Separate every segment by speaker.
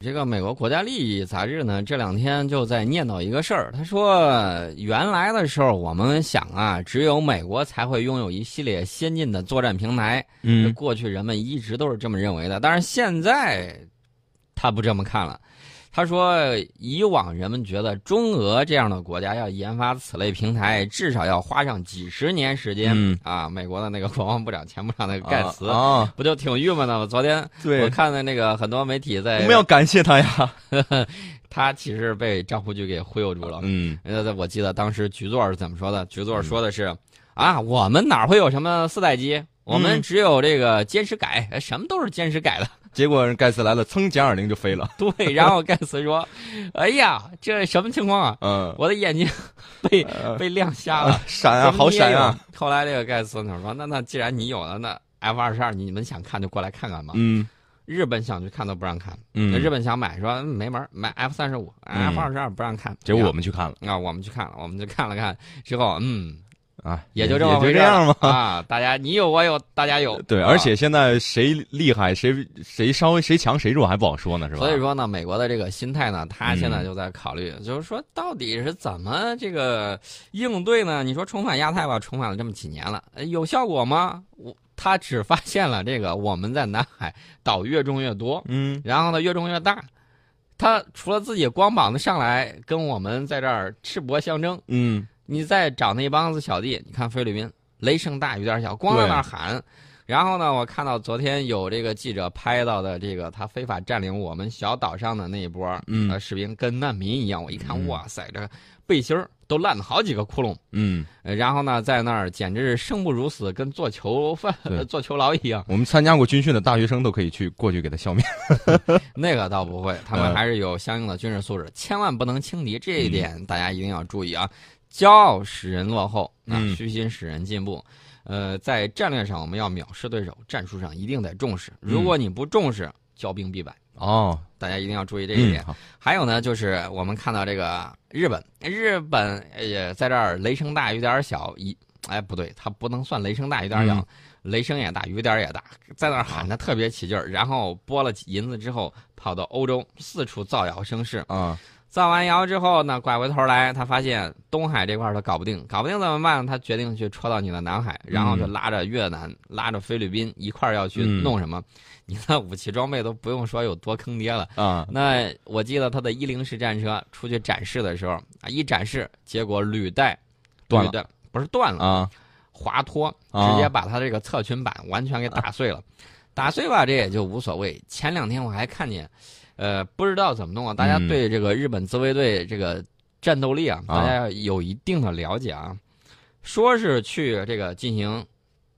Speaker 1: 这个美国国家利益杂志呢，这两天就在念叨一个事儿。他说，原来的时候我们想啊，只有美国才会拥有一系列先进的作战平台，
Speaker 2: 嗯
Speaker 1: 过去人们一直都是这么认为的。但是现在，他不这么看了。他说，以往人们觉得中俄这样的国家要研发此类平台，至少要花上几十年时间。
Speaker 2: 嗯
Speaker 1: 啊，美国的那个国防部长、前部长那个盖茨。
Speaker 2: 啊，
Speaker 1: 不就挺郁闷的吗？昨天我
Speaker 2: 对，
Speaker 1: 看的那个很多媒体
Speaker 2: 我
Speaker 1: 在
Speaker 2: 们要感谢 他呀。
Speaker 1: 他其实被张胡局给忽悠住了。
Speaker 2: 嗯
Speaker 1: 呃，我记得当时局座是怎么说的？局座说的是：“啊，我们哪会有什么四代机？我们
Speaker 2: 嗯
Speaker 1: 只有这个歼十改，呃什么都是歼十改的。
Speaker 2: 结果盖茨来了，噌，歼二零就飞了。”
Speaker 1: 对，然后盖茨说：“哎呀，这什么情况啊？
Speaker 2: 嗯，
Speaker 1: 我的眼睛被
Speaker 2: 呃
Speaker 1: 被亮瞎了
Speaker 2: 啊，闪啊，
Speaker 1: 怎么
Speaker 2: 好
Speaker 1: 你也
Speaker 2: 闪啊。
Speaker 1: 有！”后来这个盖茨呢说：“那那既然你有了，那 F 二十二你们想看就过来看看吧。
Speaker 2: 嗯
Speaker 1: 日本想去看都不让看，
Speaker 2: 嗯，
Speaker 1: 日本想买说嗯没门儿买 F 三十五
Speaker 2: 嗯
Speaker 1: ，F 二十二不让看。
Speaker 2: 结果我们去看了
Speaker 1: 啊，我们去看了，我们去看了看之后，嗯，
Speaker 2: 啊，
Speaker 1: 也就
Speaker 2: 就
Speaker 1: 这么
Speaker 2: 也
Speaker 1: 回事
Speaker 2: 这样嘛。
Speaker 1: 啊，大家你有我有，大家有，
Speaker 2: 对，
Speaker 1: 啊
Speaker 2: 而且现在谁厉害，谁谁稍微谁强谁弱还不好说呢，是吧？
Speaker 1: 所以说呢，美国的这个心态呢，他现在
Speaker 2: 嗯
Speaker 1: 就在考虑，就是说到底是怎么这个应对呢？你说重返亚太吧，重返了这么几年了，呃有效果吗？我他只发现了这个我们在南海岛越种越多，
Speaker 2: 嗯，
Speaker 1: 然后呢越种越大。他除了自己光膀子上来跟我们在这儿赤膊相争，
Speaker 2: 嗯
Speaker 1: 你再找那帮子小弟，你看菲律宾雷声大雨点小，光在那儿喊。然后呢，我看到昨天有这个记者拍到的这个他非法占领我们小岛上的那一波儿
Speaker 2: 嗯
Speaker 1: 呃士兵，跟难民一样。我一看，
Speaker 2: 嗯
Speaker 1: 哇塞，这背心儿都烂了好几个窟窿。
Speaker 2: 嗯，
Speaker 1: 呃然后呢，在那儿简直是生不如死，跟做囚犯
Speaker 2: 对、
Speaker 1: 做囚牢一样。
Speaker 2: 我们参加过军训的大学生都可以去过去给 他消灭。
Speaker 1: 那个倒不会，他们
Speaker 2: 嗯
Speaker 1: 还是有相应的军事素质，千万不能轻敌，这一点大家一定要注意啊！骄傲使人落后，啊，
Speaker 2: 嗯
Speaker 1: 虚心使人进步。呃，在战略上我们要藐视对手，战术上一定得重视。
Speaker 2: 嗯
Speaker 1: 如果你不重视，骄兵必败，
Speaker 2: 哦，
Speaker 1: 大家一定要注意这一
Speaker 2: 嗯
Speaker 1: 点。，
Speaker 2: 好
Speaker 1: 还有呢，就是我们看到这个日本，日本也在这儿雷声大雨点儿小，一哎不对，它不能算雷声大雨点儿小，
Speaker 2: 嗯
Speaker 1: 雷声也大雨点儿也大，在那儿喊的特别起劲儿，然后拨了银子之后跑到欧洲四处造谣生事，
Speaker 2: 啊，
Speaker 1: 造完谣之后呢，拐回头来，他发现东海这块儿他搞不定，搞不定怎么办？他决定去戳到你的南海，然后就拉着越南、拉着菲律宾一块儿要去
Speaker 2: 嗯
Speaker 1: 弄什么？ 你那武器装备都不用说有多坑爹了。
Speaker 2: 啊，
Speaker 1: 那我记得他的一零式战车出去展示的时候啊，一展示，结果履带
Speaker 2: 断了
Speaker 1: 了，不是断了，
Speaker 2: 啊，
Speaker 1: 滑脱，
Speaker 2: 啊
Speaker 1: 直接把他这个侧裙板完全给打碎了。打碎吧，这也就无所谓。前两天我还看见，呃，不知道怎么弄啊，大家
Speaker 2: 嗯
Speaker 1: 对这个日本自卫队这个战斗力啊，
Speaker 2: 啊
Speaker 1: 大家要有一定的了解啊。说是去这个进行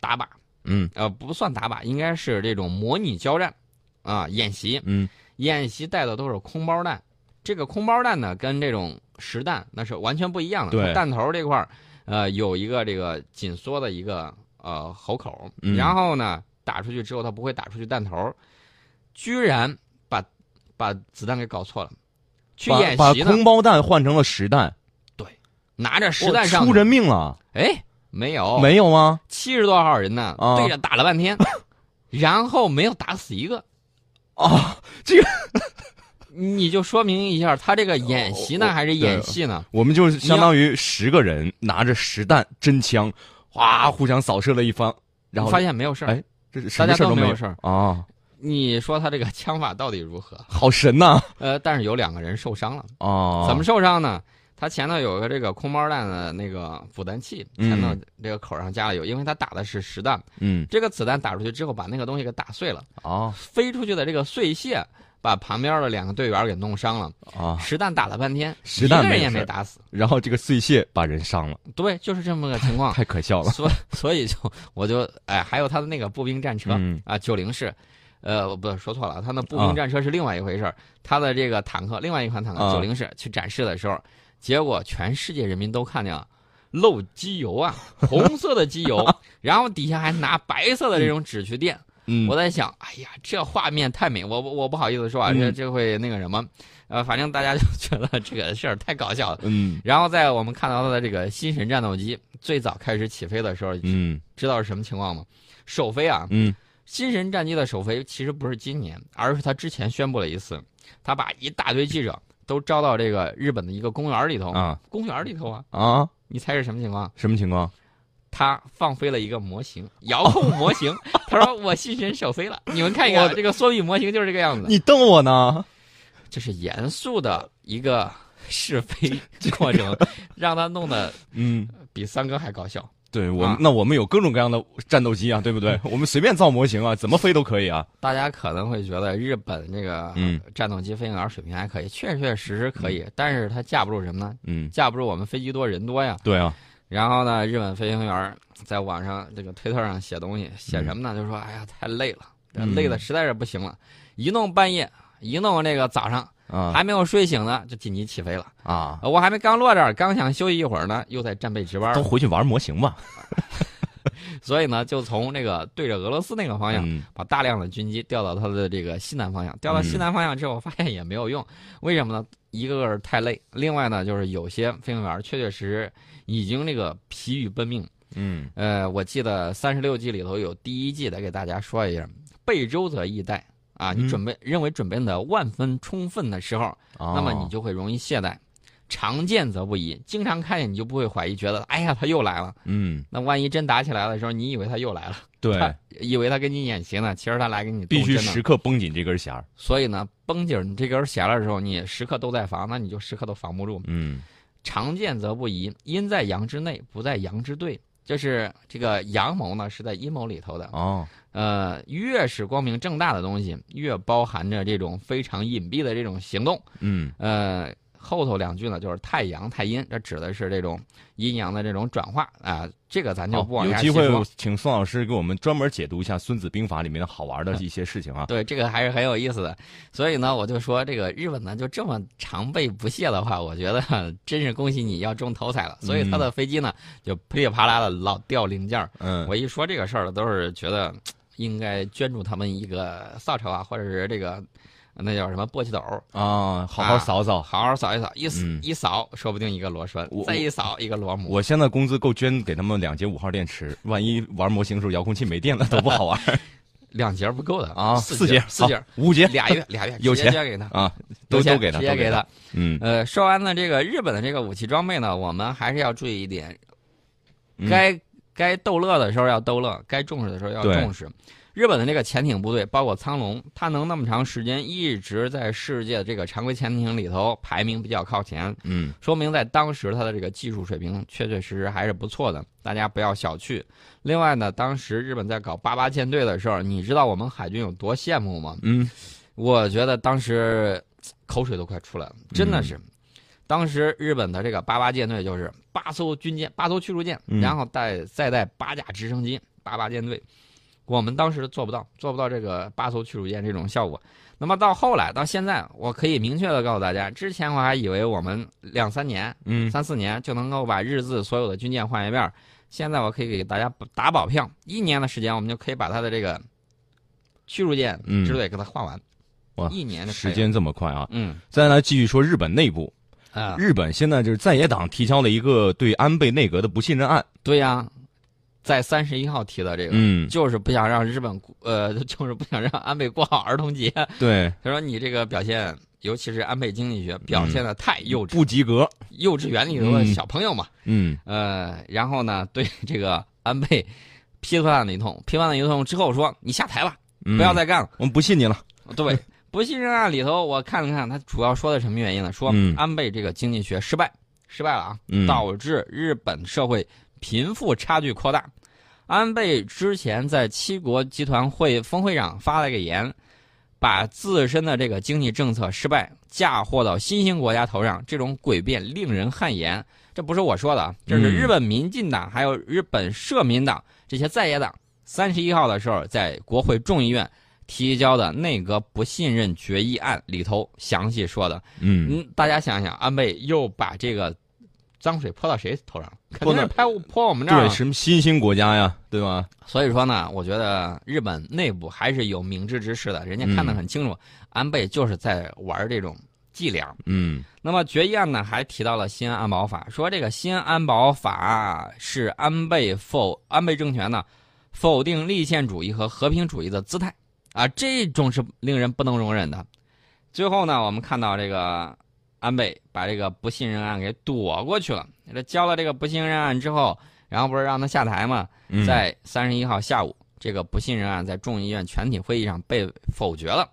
Speaker 1: 打靶，
Speaker 2: 嗯
Speaker 1: 呃，不算打靶，应该是这种模拟交战啊、演习。
Speaker 2: 嗯
Speaker 1: 演习带的都是空包弹，这个空包弹呢跟这种实弹那是完全不一样的。
Speaker 2: 对
Speaker 1: 它弹头这块儿，呃，有一个这个紧缩的一个呃喉口，
Speaker 2: 嗯
Speaker 1: 然后呢打出去之后，它不会打出去弹头，居然把把子弹给搞错了，去
Speaker 2: 把
Speaker 1: 演
Speaker 2: 把
Speaker 1: 习呢
Speaker 2: 空包弹换成了实弹，
Speaker 1: 拿着实弹
Speaker 2: 哇
Speaker 1: 上
Speaker 2: 出
Speaker 1: 去，
Speaker 2: 人命了，
Speaker 1: 哎，没有，
Speaker 2: 没有吗？
Speaker 1: 七十多号人呢，
Speaker 2: 啊
Speaker 1: 对着打了半 天，然后没有打死一个。哦
Speaker 2: 啊，
Speaker 1: 你就说明一下，他这
Speaker 2: 哦
Speaker 1: 个演习呢
Speaker 2: 我
Speaker 1: 还是演戏呢？
Speaker 2: 我们就是相当于十个人拿着实弹、真枪，哗，互相扫射了一方，然后
Speaker 1: 发现没有事儿
Speaker 2: 哎。这什
Speaker 1: 大
Speaker 2: 么
Speaker 1: 家
Speaker 2: 事儿
Speaker 1: 都
Speaker 2: 没
Speaker 1: 没
Speaker 2: 有
Speaker 1: 有事儿
Speaker 2: 啊，
Speaker 1: 你说他这个枪法到底如何？
Speaker 2: 好神呐！
Speaker 1: 呃，但是有两个人受伤了，
Speaker 2: 啊，
Speaker 1: 怎么受伤呢？他前头有一个这个空包弹的那个补弹器，
Speaker 2: 嗯
Speaker 1: 前头这个口上加了油，因为他打的是实弹，
Speaker 2: 嗯
Speaker 1: 这个子弹打出去之后把那个东西给打碎了，
Speaker 2: 啊
Speaker 1: 飞出去的这个碎屑把旁边的两个队员给弄伤了，
Speaker 2: 啊，
Speaker 1: 实弹打了半天，
Speaker 2: 实弹
Speaker 1: 一个人也
Speaker 2: 没事
Speaker 1: 没打死，
Speaker 2: 然后这个碎屑把人伤了，
Speaker 1: 对，就是这么个情况。
Speaker 2: 太可笑了。
Speaker 1: 所所以就我就哎，还有他的那个步兵战车、
Speaker 2: 嗯
Speaker 1: 啊，九零式，呃，不说错了，他那步
Speaker 2: 啊
Speaker 1: 兵战车是另外一回事儿，他的这个坦克另外一款坦克
Speaker 2: 啊
Speaker 1: 九零式去展示的时候，结果全世界人民都看见了。漏机油啊，红色的机 油，然后底下还拿白色的这种纸去垫。
Speaker 2: 嗯
Speaker 1: 我在想，哎呀，这画面太美，我我我不好意思说啊，
Speaker 2: 嗯
Speaker 1: 这这会那个什么，呃，反正大家就觉得这个事儿太搞笑了。
Speaker 2: 嗯
Speaker 1: 然后在我们看到它的这个新神战斗机最早开始起飞的时候，
Speaker 2: 嗯
Speaker 1: 知道是什么情况吗？首飞啊，
Speaker 2: 嗯
Speaker 1: 新神战机的首飞其实不是今年，而是它之前宣布了一次，他把一大堆记者都招到这个日本的一个公园里头，
Speaker 2: 啊
Speaker 1: 公园里头啊，
Speaker 2: 啊，
Speaker 1: 你猜是什么情况？
Speaker 2: 什么情况？
Speaker 1: 他放飞了一个模型，遥控模型。
Speaker 2: 哦
Speaker 1: 他说：“我心神手飞了。”你们看一看啊，这个缩比模型就是这个样子。
Speaker 2: 你瞪我呢？
Speaker 1: 这是严肃的一个是非过程，让他弄得
Speaker 2: 嗯，
Speaker 1: 比三哥还搞笑。
Speaker 2: 对我
Speaker 1: 啊
Speaker 2: 们那我们有各种各样的战斗机啊，对不 对？我们随便造模型啊，怎么飞都可以啊。
Speaker 1: 大家可能会觉得日本这个
Speaker 2: 嗯
Speaker 1: 战斗机飞行员水平还可以，确确实实可以，但是它架不住什么呢？
Speaker 2: 嗯，
Speaker 1: 架不住我们飞机多人多呀。
Speaker 2: 对啊，
Speaker 1: 然后呢，日本飞行员在网上这个推特上写东西，写什么呢？就说哎呀太累了，这
Speaker 2: 嗯
Speaker 1: 累的实在是不行了，一弄半夜，一弄那个早上
Speaker 2: 啊
Speaker 1: 还没有睡醒呢，就紧急起飞了。呃
Speaker 2: 啊，
Speaker 1: 我还没刚落这儿，刚想休息一会儿呢，又在战备值班
Speaker 2: 都，回去玩模型吧。
Speaker 1: 所以呢，就从那个对着俄罗斯那个方向。
Speaker 2: 嗯
Speaker 1: 把大量的军机调到它的这个西南方向，调到西南方向之后，发现也没有用，为什么呢？一个个是太累，另外呢，就是有些飞行员确确实实已经这个疲于奔命。
Speaker 2: 嗯
Speaker 1: 呃，我记得三十六计里头有第一计，得给大家说一下：备周则易怠啊，你
Speaker 2: 嗯
Speaker 1: 准备、认为准备的万分充分的时候，
Speaker 2: 啊，
Speaker 1: 那么你就会容易懈怠。常见则不疑，经常看见你就不会怀疑，觉得哎呀他又来了。
Speaker 2: 嗯，
Speaker 1: 那万一真打起来的时候，你以为他又来了。
Speaker 2: 对
Speaker 1: 他，以为他跟你演习呢，其实他来跟你斗
Speaker 2: 必须
Speaker 1: 真的
Speaker 2: 时刻绷紧这根弦儿。
Speaker 1: 所以呢，绷紧你这根弦儿的时候，你时刻都在防，那你就时刻都防不住。
Speaker 2: 嗯
Speaker 1: 常见则不疑，阴在阳之内，不在阳之对。就是这个阳谋呢，是在阴谋里头的。
Speaker 2: 哦，
Speaker 1: 呃，越是光明正大的东西，越包含着这种非常隐蔽的这种行动。
Speaker 2: 嗯
Speaker 1: 呃，后头两句呢，就是太阳太阴，这指的是这种阴阳的这种转化啊、这个咱就
Speaker 2: 好，
Speaker 1: 不往
Speaker 2: 哦有
Speaker 1: 下
Speaker 2: 机
Speaker 1: 细
Speaker 2: 会
Speaker 1: 说。
Speaker 2: 请宋老师给我们专门解读一下《孙子兵法》里面的好玩的一些事情啊。
Speaker 1: 对，这个还是很有意思的。所以呢，我就说这个日本呢，就这么常备不懈的话，我觉得呵真是恭喜你要中头彩了。所以他的飞机呢，就噼里啪啦的老掉零件儿。
Speaker 2: 嗯，
Speaker 1: 我一说这个事儿了，都是觉得应该捐助他们一个扫帚啊，或者是这个那叫什么簸箕斗儿，
Speaker 2: 啊，好好扫扫。
Speaker 1: 好好扫一扫，一扫、
Speaker 2: 嗯
Speaker 1: 一扫，说不定一个螺栓
Speaker 2: 我，
Speaker 1: 再一扫一个螺母。
Speaker 2: 我现在工资够捐给他们两节五号电池，万一玩模型的时候遥控器没电了，多不好玩
Speaker 1: 两节儿不够的
Speaker 2: 啊！
Speaker 1: 四
Speaker 2: 节，
Speaker 1: 四节
Speaker 2: 好
Speaker 1: 儿，，
Speaker 2: 五节
Speaker 1: 俩月俩月
Speaker 2: 有
Speaker 1: 直接
Speaker 2: 钱
Speaker 1: 捐给他，
Speaker 2: 啊，都
Speaker 1: 有钱
Speaker 2: 都给他，
Speaker 1: 直接
Speaker 2: 都
Speaker 1: 给
Speaker 2: 他
Speaker 1: 他。。
Speaker 2: 嗯，
Speaker 1: 呃，说完了这个日本的这个武器装备呢，我们还是要注意一点，
Speaker 2: 嗯
Speaker 1: 该该逗乐的时候要逗乐，该重视的时候要
Speaker 2: 对
Speaker 1: 重视。日本的这个潜艇部队，包括苍龙，它能那么长时间一直在世界这个常规潜艇里头排名比较靠前，
Speaker 2: 嗯
Speaker 1: 说明在当时它的这个技术水平确确实实还是不错的，大家不要小觑。另外呢，当时日本在搞八八舰队的时候，你知道我们海军有多羡慕吗？
Speaker 2: 嗯
Speaker 1: 我觉得当时口水都快出来了，真
Speaker 2: 嗯
Speaker 1: 的是。当时日本的这个八八舰队就是八艘军舰、八艘驱逐舰，
Speaker 2: 嗯
Speaker 1: 然后带再带八架直升机，八八舰队。我们当时做不到，做不到这个八艘驱逐舰这种效果。那么到后来，到现在，我可以明确的告诉大家，之前我还以为我们两三年、
Speaker 2: 嗯，
Speaker 1: 三四年就能够把日字所有的军舰换一遍儿，现在我可以给大家打保票，一年的时间我们就可以把它的这个驱逐舰
Speaker 2: 嗯
Speaker 1: 之类给它换完，
Speaker 2: 哇
Speaker 1: 一年的
Speaker 2: 嗯时，间这么快啊！
Speaker 1: 嗯
Speaker 2: 再来继续说日本内部，
Speaker 1: 啊，
Speaker 2: 日本现在就是在野党提交了一个对安倍内阁的不信任案。
Speaker 1: 对呀、在三十一号提的这个。
Speaker 2: 嗯，
Speaker 1: 就是不想让日本，呃， 就是不想让安倍过好儿童节。
Speaker 2: 对，
Speaker 1: 他说你这个表现，尤其是安倍经济学表现的太幼稚，
Speaker 2: 不及格。
Speaker 1: 幼稚园里头的小朋友嘛。
Speaker 2: 嗯
Speaker 1: 呃，然后呢，对这个安倍批判了一通，批判了一通之后说你下台吧，
Speaker 2: 嗯，
Speaker 1: 不要再干了。
Speaker 2: 我们不信你了。
Speaker 1: 对，不信任案里头，我看了看，他主要说的什么原因呢？说
Speaker 2: 嗯
Speaker 1: 安倍这个经济学失败，失败了啊，
Speaker 2: 嗯，
Speaker 1: 导致日本社会贫富差距扩大。安倍之前在七国集团会峰会上发了个言，把自身的这个经济政策失败嫁祸到新兴国家头上，这种诡辩令人汗颜。这不是我说的啊，这是
Speaker 2: 嗯
Speaker 1: 日本民进党还有日本社民党这些在野党三十一号的时候在国会众议院提交的内阁不信任决议案里头详细说的。
Speaker 2: 嗯，
Speaker 1: 嗯，大家想想，安倍又把这个脏水泼到谁头上了？肯
Speaker 2: 泼
Speaker 1: 定
Speaker 2: 到
Speaker 1: 是拍泼我们这儿啊
Speaker 2: 对，
Speaker 1: 了。
Speaker 2: 什么新兴国家呀，对吧？
Speaker 1: 所以说呢，我觉得日本内部还是有明智之士的，人家看得很清楚，安倍就是在玩这种伎俩。
Speaker 2: 嗯
Speaker 1: 那么决议案呢，还提到了新安保法，说这个新安保法是安倍否安倍政权呢否定立宪主义和和平主义的姿态啊，这种是令人不能容忍的。最后呢，我们看到这个安倍把这个不信任案给躲过去了。这交了这个不信任案之后，然后不是让他下台吗？
Speaker 2: 嗯
Speaker 1: 在三十一号下午，这个不信任案在众议院全体会议上被否决了。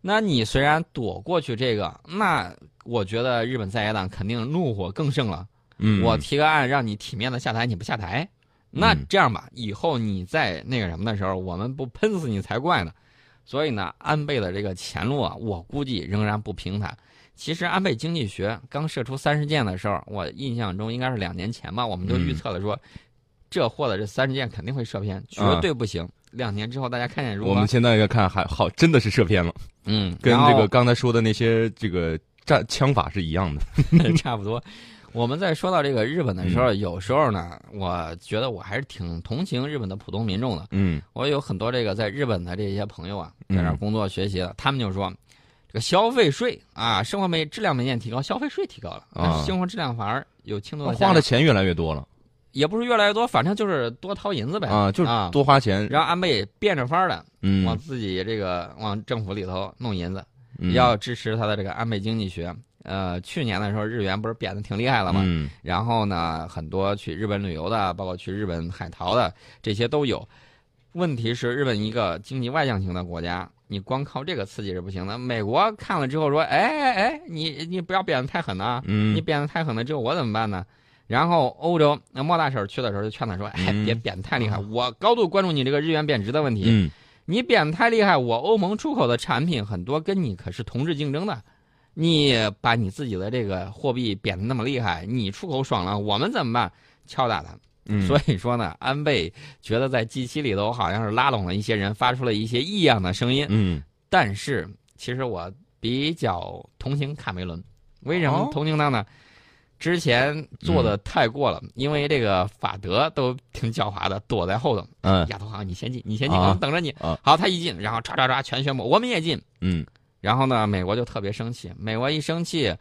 Speaker 1: 那你虽然躲过去这个，那我觉得日本在野党肯定怒火更盛了。
Speaker 2: 嗯
Speaker 1: 我提个案让你体面的下台，你不下台，那这样吧，以后你在那个什么的时候，我们不喷死你才怪呢。所以呢，安倍的这个前路啊，我估计仍然不平坦。其实安倍经济学刚射出三十箭的时候，我印象中应该是两年前吧，我们就
Speaker 2: 嗯
Speaker 1: 预测了说，这货的这三十箭肯定会射偏，绝对不行。两年之后大家看见如
Speaker 2: 啊我
Speaker 1: 何
Speaker 2: 们？现在要看还好，真的是射偏了，
Speaker 1: 嗯，
Speaker 2: 跟
Speaker 1: 然后
Speaker 2: 这个刚才说的那些这个战枪法是一样的。
Speaker 1: 差不多。我们在说到这个日本的时
Speaker 2: 嗯
Speaker 1: 候，有时候呢，我觉得我还是挺同情日本的普通民众的。
Speaker 2: 嗯
Speaker 1: 我有很多这个在日本的这些朋友啊，在那儿
Speaker 2: 嗯
Speaker 1: 工作学习的，他们就说，这个消费税啊，生活没质量没见提高，消费税提高了，但
Speaker 2: 啊
Speaker 1: 是生活质量反而有轻度的下
Speaker 2: 花的
Speaker 1: 降
Speaker 2: 钱越来越多了
Speaker 1: 也不是越来越多，反正就是多掏银子呗
Speaker 2: 啊，就是
Speaker 1: 啊。
Speaker 2: 多花钱。
Speaker 1: 然后安倍变着法儿的
Speaker 2: 嗯
Speaker 1: 往自己这个往政府里头弄银子，
Speaker 2: 嗯
Speaker 1: 要支持他的这个安倍经济学。呃，去年的时候日元不是贬的挺厉害了吗？
Speaker 2: 嗯
Speaker 1: 然后呢，很多去日本旅游的，包括去日本海淘的，这些都有。问题是，日本一个经济外向型的国家，你光靠这个刺激是不行的。美国看了之后说：“哎哎哎，你你不要变得太狠啊！你
Speaker 2: 嗯
Speaker 1: 变得太狠了之后，我怎么办呢？”然后欧洲那莫大婶儿去的时候就劝他说：“哎，
Speaker 2: 嗯
Speaker 1: 别贬得太厉害，我高度关注你这个日元贬值的问题。
Speaker 2: 嗯
Speaker 1: 你贬太厉害，我欧盟出口的产品很多跟你可是同质竞争的。你把你自己的这个货币贬得那么厉害，你出口爽了，我们怎么办？敲打他。
Speaker 2: 嗯，
Speaker 1: 所
Speaker 2: 以
Speaker 1: 以说呢，安倍觉得在 G 7里头好像是拉拢了一些人，发出了一些异样的声音。
Speaker 2: 嗯
Speaker 1: 但是其实我比较同情卡梅伦，为什么
Speaker 2: 哦嗯
Speaker 1: 同情他呢？之前做的太过了，因为这个法德都挺狡猾的，躲在后头。
Speaker 2: 嗯
Speaker 1: 亚投行，你先进，你先进，
Speaker 2: 啊
Speaker 1: 我们等着你。
Speaker 2: 啊
Speaker 1: 好，他一进，然后唰唰唰全宣布我们也进。
Speaker 2: 嗯
Speaker 1: 然后呢，美国就特别生气，美国一生气，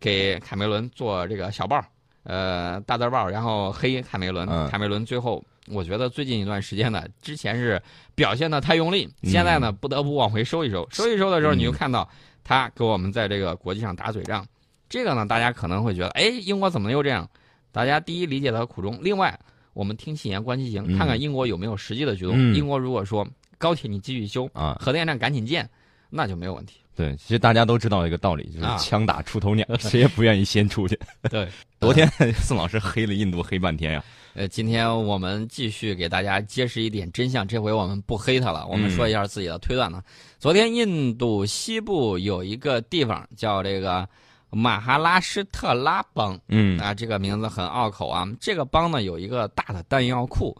Speaker 1: 给卡梅伦做这个小报，呃，大字报，然后黑卡梅伦。
Speaker 2: 嗯
Speaker 1: 卡梅伦最后，我觉得最近一段时间呢，之前是表现的太用力，现在呢不得不往回收一收。收一收的时候，
Speaker 2: 嗯
Speaker 1: 你就看到他给我们在这个国际上打嘴仗。这个呢，大家可能会觉得，哎，英国怎么又这样？大家第一理解他的苦衷，另外我们听其言观其行，
Speaker 2: 嗯
Speaker 1: 看看英国有没有实际的举动。
Speaker 2: 嗯
Speaker 1: 英国如果说高铁你继续修，
Speaker 2: 啊，
Speaker 1: 核电站赶紧建，那就没有问题。
Speaker 2: 对，其实大家都知道一个道理，就是
Speaker 1: 啊
Speaker 2: 枪打出头鸟， 谁也不愿意先出去。
Speaker 1: 对，
Speaker 2: 昨天宋老师黑了印度黑半天呀。
Speaker 1: 呃，今天我们继续给大家揭示一点真相。这回我们不黑他了，我们
Speaker 2: 嗯
Speaker 1: 说一下自己的推断呢。昨天印度西部有一个地方叫这个马哈拉施特拉邦
Speaker 2: 嗯
Speaker 1: 啊，这个名字很拗口啊。这个邦呢有一个大的弹药库，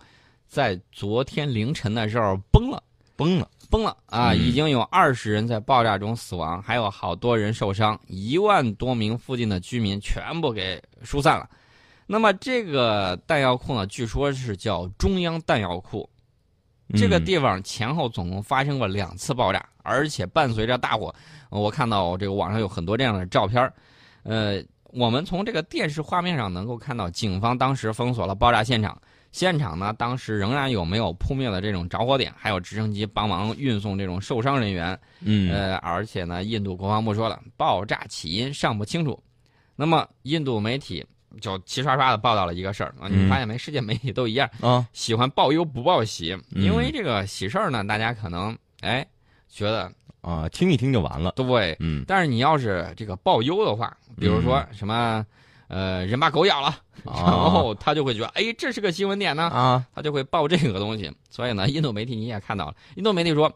Speaker 1: 在昨天凌晨的时候崩了。
Speaker 2: 崩了。
Speaker 1: 崩了啊！
Speaker 2: 嗯
Speaker 1: 已经有二十人在爆炸中死亡，还有好多人受伤，一万多名附近的居民全部给疏散了。那么这个弹药库呢，据说是叫中央弹药库。这个
Speaker 2: 嗯
Speaker 1: 地方前后总共发生过两次爆炸，而且伴随着大火。呃我看到这个网上有很多这样的照片儿呃，我们从这个电视画面上能够看到，警方当时封锁了爆炸现场。现场呢，当时仍然有没有扑灭的这种着火点，还有直升机帮忙运送这种受伤人员。
Speaker 2: 嗯
Speaker 1: 呃，而且呢，印度国防部说了，爆炸起因尚不清楚。那么，印度媒体就齐刷刷的报道了一个事儿啊，你
Speaker 2: 嗯
Speaker 1: 发现没？世界媒体都一样，
Speaker 2: 啊，
Speaker 1: 喜欢报忧不报喜，因为
Speaker 2: 嗯
Speaker 1: 这个喜事儿呢，大家可能哎觉得
Speaker 2: 啊，听一听就完了。
Speaker 1: 对，
Speaker 2: 嗯
Speaker 1: 但是你要是这个报忧的话，比如说什么。呃，人把狗咬了， 然后他就会觉得，哎，这是个新闻点呢，
Speaker 2: 哦啊，
Speaker 1: 他就会报这个东西。所以呢，印度媒体你也看到了，印度媒体说，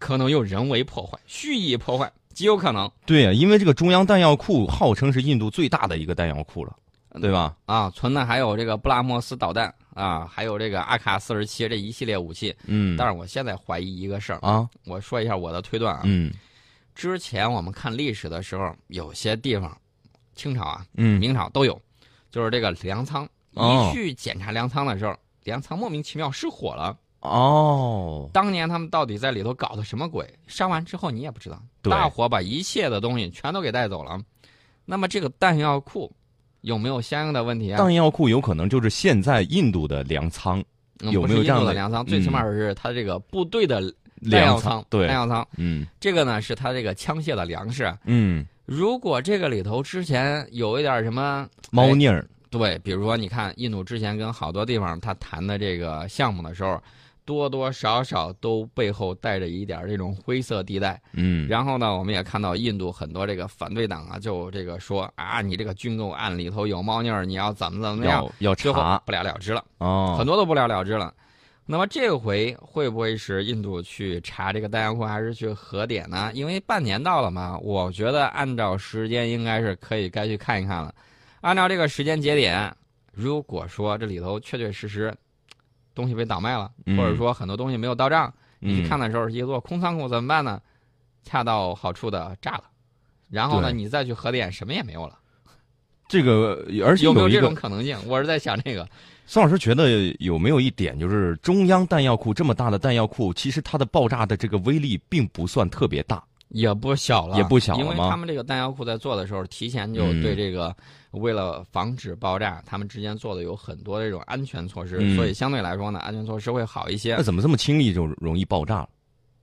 Speaker 1: 可能有人为破坏、蓄意破坏，极有可能
Speaker 2: 对呀，因为这个中央弹药库号称是印度最大的一个弹药库了，对吧？
Speaker 1: 啊，存的还有这个布拉莫斯导弹啊，还有这个阿卡四十七这一系列武器。
Speaker 2: 嗯，
Speaker 1: 但是我现在怀疑一个事儿，
Speaker 2: 啊，
Speaker 1: 我说一下我的推断啊。
Speaker 2: 嗯
Speaker 1: 之前我们看历史的时候，有些地方，清朝啊、
Speaker 2: 嗯
Speaker 1: 明朝都有，就是这个粮仓，
Speaker 2: 哦
Speaker 1: 一去检查粮仓的时候，粮仓莫名其妙失火了。
Speaker 2: 哦，
Speaker 1: 当年他们到底在里头搞的什么鬼？烧完之后你也不知道，
Speaker 2: 对
Speaker 1: 大火把一切的东西全都给带走了。那么这个弹药库有没有相应的问题啊？
Speaker 2: 弹药库有可能就是现在印度的粮仓。
Speaker 1: 嗯
Speaker 2: 有
Speaker 1: 不
Speaker 2: 没
Speaker 1: 是
Speaker 2: 有
Speaker 1: 印
Speaker 2: 这样
Speaker 1: 度的
Speaker 2: 的嗯
Speaker 1: 粮仓？最起码是他这个部队的弹药
Speaker 2: 粮
Speaker 1: 仓，
Speaker 2: 对
Speaker 1: 弹，药仓，
Speaker 2: 嗯
Speaker 1: 这个呢是它这个枪械的粮食。啊
Speaker 2: 嗯，
Speaker 1: 如果这个里头之前有一点什么，
Speaker 2: 猫腻儿，
Speaker 1: 对，比如说你看印度之前跟好多地方他谈的这个项目的时候，多多少少都背后带着一点这种灰色地带。
Speaker 2: 嗯，
Speaker 1: 然后呢，我们也看到印度很多这个反对党啊，就这个说啊，你这个军购案里头有猫腻儿，你要怎么怎么样，
Speaker 2: 要要
Speaker 1: 最后
Speaker 2: 查
Speaker 1: 不了了之了，
Speaker 2: 哦
Speaker 1: 很，多都不了了之了。那么这回会不会是印度去查这个弹药库，还是去核点呢？因为半年到了嘛，我觉得按照时间应该是可以该去看一看了。按照这个时间节点，如果说这里头确确实实东西被倒卖了，
Speaker 2: 嗯
Speaker 1: 或者说很多东西没有到账，你去
Speaker 2: 嗯
Speaker 1: 看的时候是一座空仓库，怎么办呢？恰到好处的炸了，然后呢，
Speaker 2: 对
Speaker 1: 你再去核点，什么也没有了。
Speaker 2: 这个，而且
Speaker 1: 有没有
Speaker 2: 一
Speaker 1: 这
Speaker 2: 个
Speaker 1: 种可能性？我是在想这个，
Speaker 2: 宋老师觉得有没有一点，就是中央弹药库这么大的弹药库，其实它的爆炸的这个威力并不算特别大。
Speaker 1: 也不小了，
Speaker 2: 也不小了
Speaker 1: 因为
Speaker 2: 吗
Speaker 1: 他们这个弹药库在做的时候，提前就
Speaker 2: 嗯
Speaker 1: 对这个为了防止爆炸，他们之间做的有很多这种安全措施，
Speaker 2: 嗯呃
Speaker 1: 所以相对来说呢，安全措施会好一些
Speaker 2: 那。怎么这么轻易就容易爆炸了？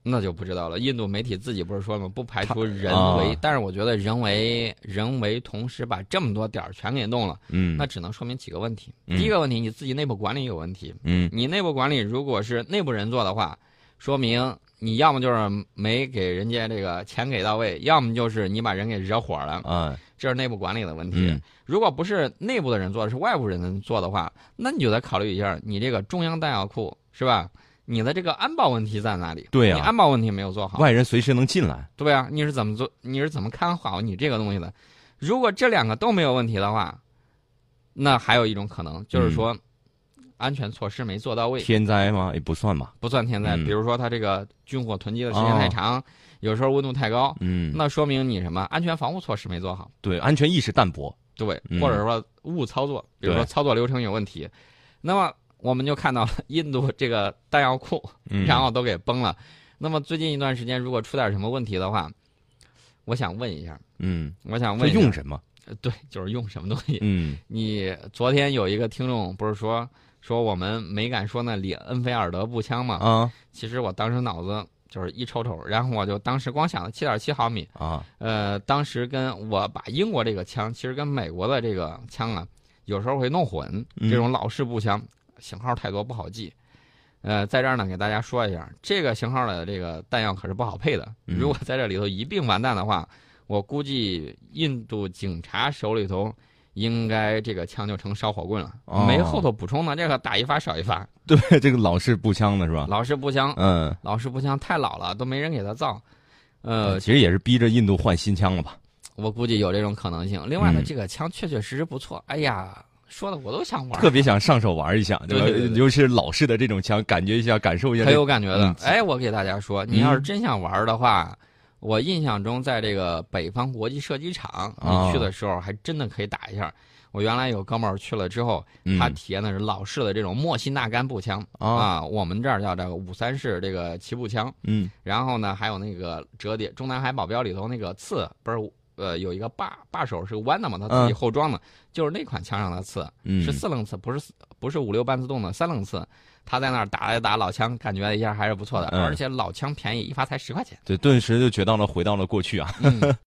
Speaker 1: 那就不知道了。印度媒体自己不是说了吗？不排除人
Speaker 2: 啊
Speaker 1: 为，但是我觉得人为人为同时把这么多点儿全给弄了，
Speaker 2: 嗯，
Speaker 1: 那只能说明几个问题。
Speaker 2: 嗯
Speaker 1: 第一个问题，你自己内部管理有问题。
Speaker 2: 嗯
Speaker 1: 你内部管理如果是内部人做的话，说明你要么就是没给人家这个钱给到位，要么就是你把人给惹火了，
Speaker 2: 啊
Speaker 1: 这是内部管理的问题。
Speaker 2: 嗯
Speaker 1: 如果不是内部的人做的，是外部人做的话，那你就得考虑一下，你这个中央弹药库是吧？你的这个安保问题在哪里？
Speaker 2: 对呀
Speaker 1: 你安保问题没有做好，
Speaker 2: 外人随时能进来。
Speaker 1: 对啊，你是怎么做？你是怎么看好你这个东西的？如果这两个都没有问题的话，那还有一种可能
Speaker 2: 嗯
Speaker 1: 就是说，安全措施没做到位，
Speaker 2: 天灾吗？也不算吧。
Speaker 1: 不算天灾。
Speaker 2: 嗯哦
Speaker 1: 比如说，它这个军火囤积的时间太长，有时候温度太高，
Speaker 2: 嗯，
Speaker 1: 那说明你什么安全防护措施没做好，
Speaker 2: 对，安全意识淡薄。
Speaker 1: 对，
Speaker 2: 嗯
Speaker 1: 或者说误操作，比如说
Speaker 2: 对
Speaker 1: 操作流程有问题。那么我们就看到了印度这个弹药库，
Speaker 2: 嗯，
Speaker 1: 然后都给崩了。那么最近一段时间，如果出点什么问题的话，我想问一下。
Speaker 2: 嗯，
Speaker 1: 我想
Speaker 2: 这
Speaker 1: 问一下
Speaker 2: 用什么？
Speaker 1: 呃对，就是用什么东西？
Speaker 2: 嗯
Speaker 1: 你昨天有一个听众不是说说我们没敢说那里恩菲尔德步枪嘛？
Speaker 2: 啊
Speaker 1: 其实我当时脑子就是一抽抽，然后我就当时光想了七点七毫米，
Speaker 2: 啊，
Speaker 1: 呃，当时跟我把英国这个枪，其实跟美国的这个枪啊，有时候会弄混，
Speaker 2: 嗯
Speaker 1: 这种老式步枪型号太多不好记。呃，在这儿呢，给大家说一下，这个型号的这个弹药可是不好配的。
Speaker 2: 嗯
Speaker 1: 如果在这里头一并完蛋的话，我估计印度警察手里头应该这个枪就成烧火棍了，
Speaker 2: 哦
Speaker 1: 没后头补充的，这个打一发少一发。
Speaker 2: 对，这个老式步枪的是吧？
Speaker 1: 老式步枪，
Speaker 2: 嗯，
Speaker 1: 老式步枪太老了，都没人给它造。呃，
Speaker 2: 其实也是逼着印度换新枪了吧？
Speaker 1: 我估计有这种可能性。另外呢，
Speaker 2: 嗯
Speaker 1: 这个枪确确实实不错。哎呀，说的我都想玩
Speaker 2: 特
Speaker 1: 儿，
Speaker 2: 别想上手玩一下，吧
Speaker 1: 对对对对？
Speaker 2: 尤其是老式的这种枪，感觉一下，感受一下
Speaker 1: 很
Speaker 2: 这个。
Speaker 1: 有感觉的
Speaker 2: 嗯。
Speaker 1: 哎，我给大家说，你要是真想玩儿的话，我印象中在这个北方国际射击场，
Speaker 2: 哦
Speaker 1: 你去的时候还真的可以打一下。我原来有哥们儿去了之后，他
Speaker 2: 嗯
Speaker 1: 体验的是老式的这种莫辛纳甘步枪
Speaker 2: 啊，
Speaker 1: 啊，我们这儿叫这个五三式这个齐步枪。
Speaker 2: 嗯
Speaker 1: 然后呢，还有那个折叠《中南海保镖》里头那个刺，不是呃有一个把把手是弯的嘛，它自己
Speaker 2: 嗯
Speaker 1: 后装的，就是那款枪上的刺，
Speaker 2: 嗯，
Speaker 1: 是四棱刺，不是四不是五六半自动的三棱刺。他在那儿打了打老枪，感觉一下还是不错的，
Speaker 2: 嗯
Speaker 1: 而且老枪便宜，一发才十块钱。
Speaker 2: 对，顿时就觉到了回到了过去啊。
Speaker 1: 嗯，